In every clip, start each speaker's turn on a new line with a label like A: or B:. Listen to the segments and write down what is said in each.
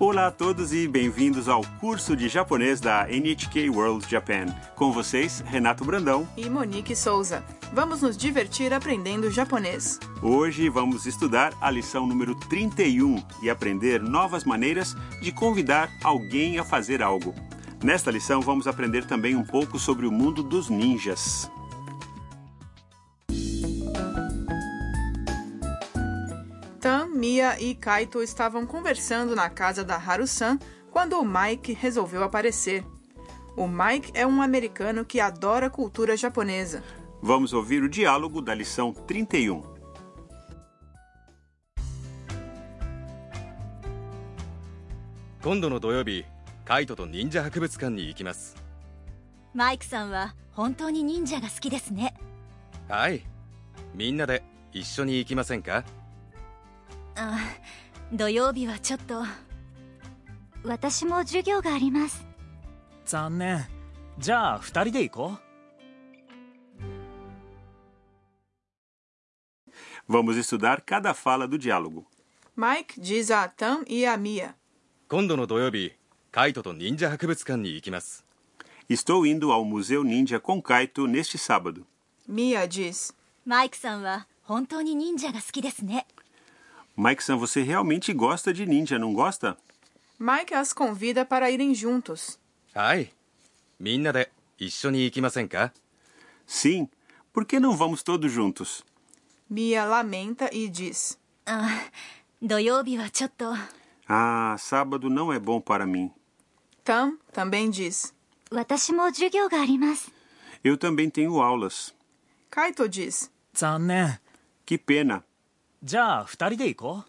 A: Olá a todos e bem-vindos ao curso de japonês da NHK World Japan. Com vocês, Renato Brandão.
B: E Monique Souza. Vamos nos divertir aprendendo japonês.
A: Hoje vamos estudar a lição número 31 e aprender novas maneiras de convidar alguém a fazer algo. Nesta lição, vamos aprender também um pouco sobre o mundo dos ninjas.
B: Tan, Mia e Kaito estavam conversando na casa da Haru-san quando o Mike resolveu aparecer. O Mike é um americano que adora a cultura japonesa.
A: Vamos ouvir o diálogo da lição 31.
C: 今度の土曜日カイトと忍者博物館に行きます
D: マイクさんは本当に忍者が好きですね
C: はいみんなで一緒に行きませんか
D: あ土曜日はちょっと私も授業があります
E: 残念じゃあ2人で行こう
A: Vamos estudar cada fala do diálogo.
B: Mike diz a Tan e a Mia:
C: 今度の土曜日カイトと忍者博物館に行きます
A: Estou indo ao Museu Ninja com Kaito neste sábado.
B: Mia diz:
D: マイクさんは本当に忍者が好きですね
A: Mike-san, você realmente gosta de ninja, não gosta?
B: Mike as convida para irem juntos.
C: はいみんなで一緒に行きませんか
A: Sim. Por que não vamos todos juntos?
B: Mia lamenta e diz:
D: あ土曜日はちょっと
A: Ah, sábado não é bom para mim.
B: Tan também diz.
D: 私も授業があります
A: Eu também tenho aulas.
B: Kaito diz:
E: 残念
A: Que pena.
E: じゃあ2人で行こ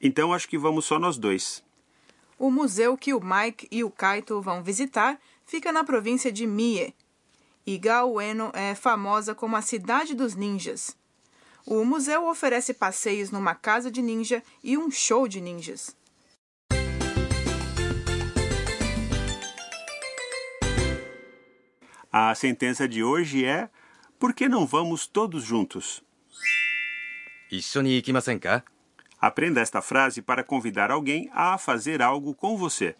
A: Então acho que vamos só nós dois.
B: O museu que o Mike e o Kaito vão visitar fica na província de Mie. Igao Eno é famosa como a cidade dos ninjas. O museu oferece passeios numa casa de ninja e um show de ninjas.
A: A sentença de hoje é: Por que não vamos todos juntos?
C: 一緒に行きませんか
A: Aprenda esta frase para convidar alguém a fazer algo com você.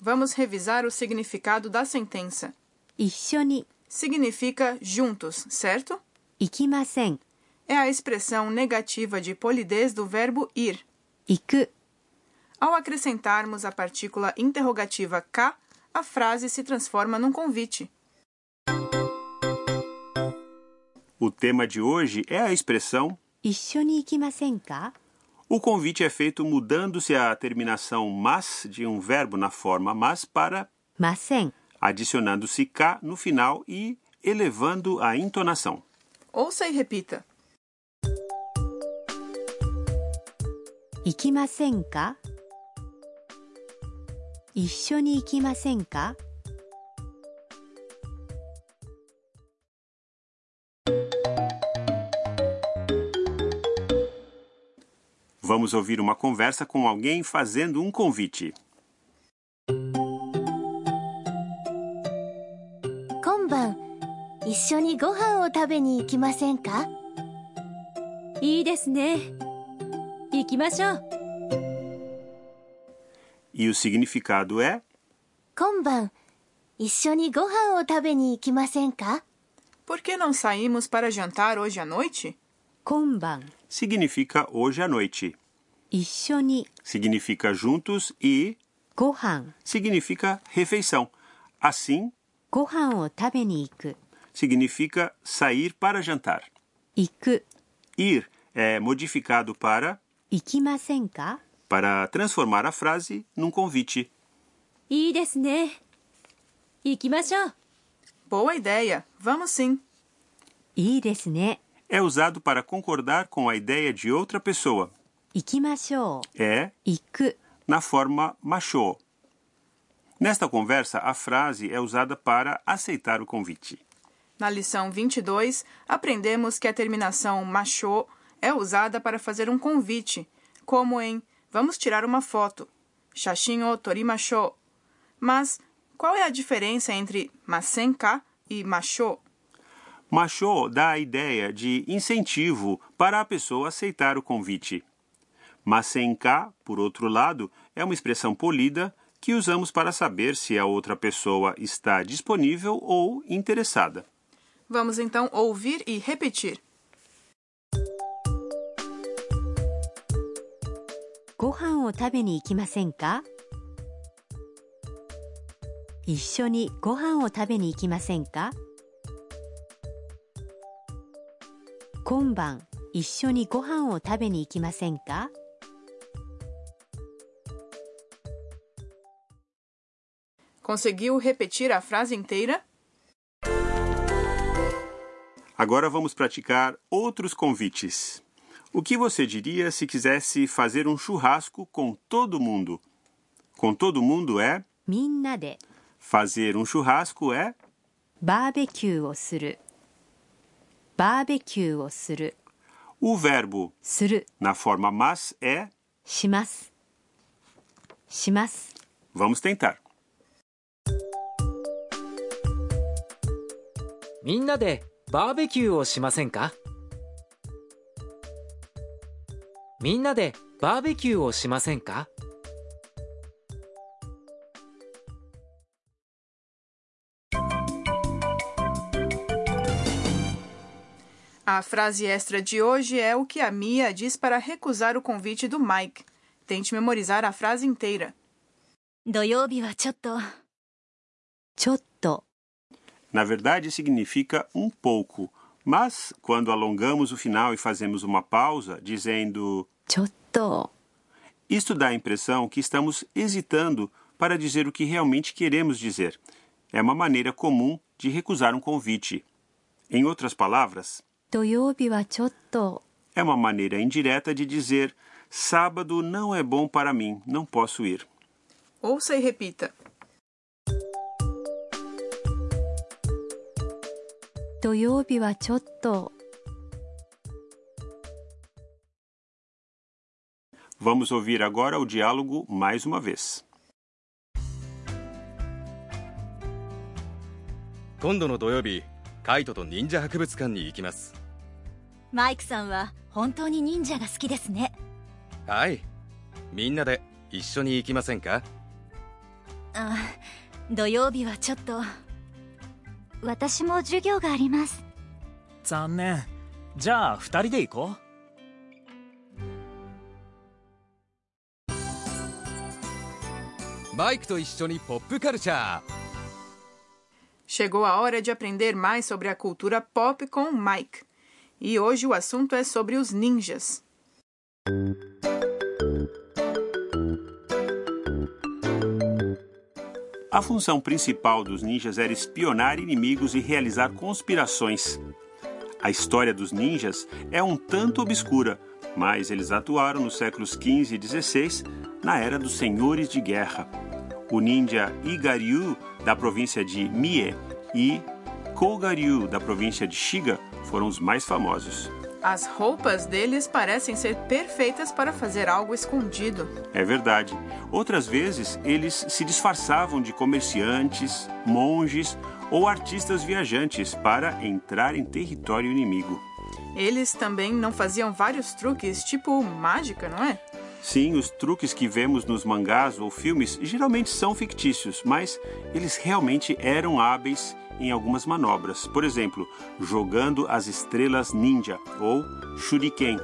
B: Vamos revisar o significado da sentença.
F: 一緒に
B: Significa juntos, certo?
F: 行きません
B: É a expressão negativa de polidez do verbo ir.
F: 行く
B: Ao acrescentarmos a partícula interrogativa k, a frase se transforma num convite.
A: O tema de hoje é a expressão
F: 一緒に行きませんか
A: O convite é feito mudando-se a terminação mas de um verbo na forma mas para
F: ません
A: adicionando-se k no final e elevando a entonação.
B: Ouça e repita.
F: 行きませんか一緒に行きませんか
A: Vamos ouvir uma conversa com alguém fazendo um convite.
D: 今晩一緒にご飯を食べに行きませんかいいですね行きましょう
A: E o significado é:
D: 今晩一緒にご飯を食べに行きませんか
B: Por que não saímos para jantar hoje à noite?
F: 今晩
A: significa hoje à noite.
F: 一緒に
A: Significa juntos e
F: ご飯
A: significa refeição. Assim,
F: ご飯を食べに行く
A: significa sair para jantar.
F: 行く
A: Ir é modificado para
F: 行きませんか
A: para transformar a frase num convite.
D: いいですね行きましょう
B: Boa ideia! Vamos sim!
F: いいですね
A: É usado para concordar com a ideia de outra pessoa.
F: 行きましょう
A: É
F: 行く
A: na forma macho. Nesta conversa, a frase é usada para aceitar o convite.
B: Na lição 22, aprendemos que a terminação macho é usada para fazer um convite, como em vamos tirar uma foto, shashin o torimashou. Mas qual é a diferença entre masenka e macho?
A: Macho dá a ideia de incentivo para a pessoa aceitar o convite. Mas sem cá, por outro lado, é uma expressão polida que usamos para saber se a outra pessoa está disponível ou interessada.
B: Vamos então ouvir e repetir.
F: ご飯を食べに行きませんか一緒にご飯を食べに行きませんか今晩一緒にご飯を食べに行きませんか
B: Conseguiu repetir a frase inteira?
A: Agora vamos praticar outros convites. O que você diria se quisesse fazer um churrasco com todo mundo? Com todo mundo é
F: みんなで
A: fazer um churrasco é
F: バーベキューをするバーベキューをする
A: o verbo
F: する
A: na forma mas é.
F: しますします
A: Vamos tentar.
G: みんなでバーベキューをしませんかみんなでバーベキューをしませんか
B: A frase extra de hoje é o que a Mia diz para recusar o convite do Mike. Tente memorizar a frase inteira.
D: 土曜日はちょっと
F: ちょっと
A: Na verdade, significa um pouco, mas quando alongamos o final e fazemos uma pausa, dizendo
F: ちょっと
A: Isto dá a impressão que estamos hesitando para dizer o que realmente queremos dizer. É uma maneira comum de recusar um convite. Em outras palavras,
F: 土曜日はちょっと
A: é uma maneira indireta de dizer: sábado não é bom para mim, não posso ir.
B: Ouça e repita.
F: 土曜日はちょっと
A: Vamos ouvir agora o diálogo mais uma vez.
C: 今度の土曜日カイトと忍者博物館に行きます
D: マイクさんは本当に忍者が好きですね
C: はいみんなで一緒に行きませんか
D: あ土曜日はちょっと私も授業があります
E: 残念じゃあ二人で行こう
G: マイクと一緒にポップカルチャー
B: Chegou a hora de aprender mais sobre a cultura pop com o Mike. E hoje o assunto é sobre os ninjas.
A: A função principal dos ninjas era espionar inimigos e realizar conspirações. A história dos ninjas é um tanto obscura, mas eles atuaram nos séculos XV e XVI, na era dos senhores de guerra. O ninja Igaryu, da província de Mie, e Kogaryu, da província de Shiga, foram os mais famosos.
B: As roupas deles parecem ser perfeitas para fazer algo escondido.
A: É verdade. Outras vezes, eles se disfarçavam de comerciantes, monges ou artistas viajantes para entrar em território inimigo.
B: Eles também não faziam vários truques, tipo mágica, não é?
A: Sim, os truques que vemos nos mangás ou filmes geralmente são fictícios, mas eles realmente eram hábeis em algumas manobras. Por exemplo, jogando as estrelas ninja ou shuriken.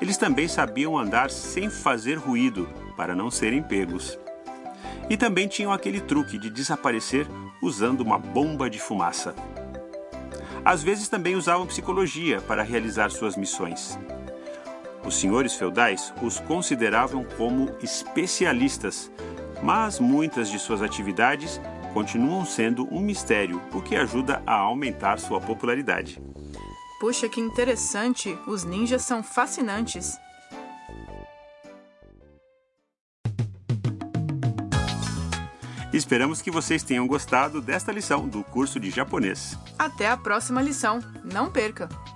A: Eles também sabiam andar sem fazer ruído para não serem pegos. E também tinham aquele truque de desaparecer usando uma bomba de fumaça. Às vezes também usavam psicologia para realizar suas missões. Os senhores feudais os consideravam como especialistas, mas muitas de suas atividades continuam sendo um mistério, o que ajuda a aumentar sua popularidade.
B: Puxa, que interessante! Os ninjas são fascinantes.
A: Esperamos que vocês tenham gostado desta lição do curso de japonês.
B: Até a próxima lição. Não perca!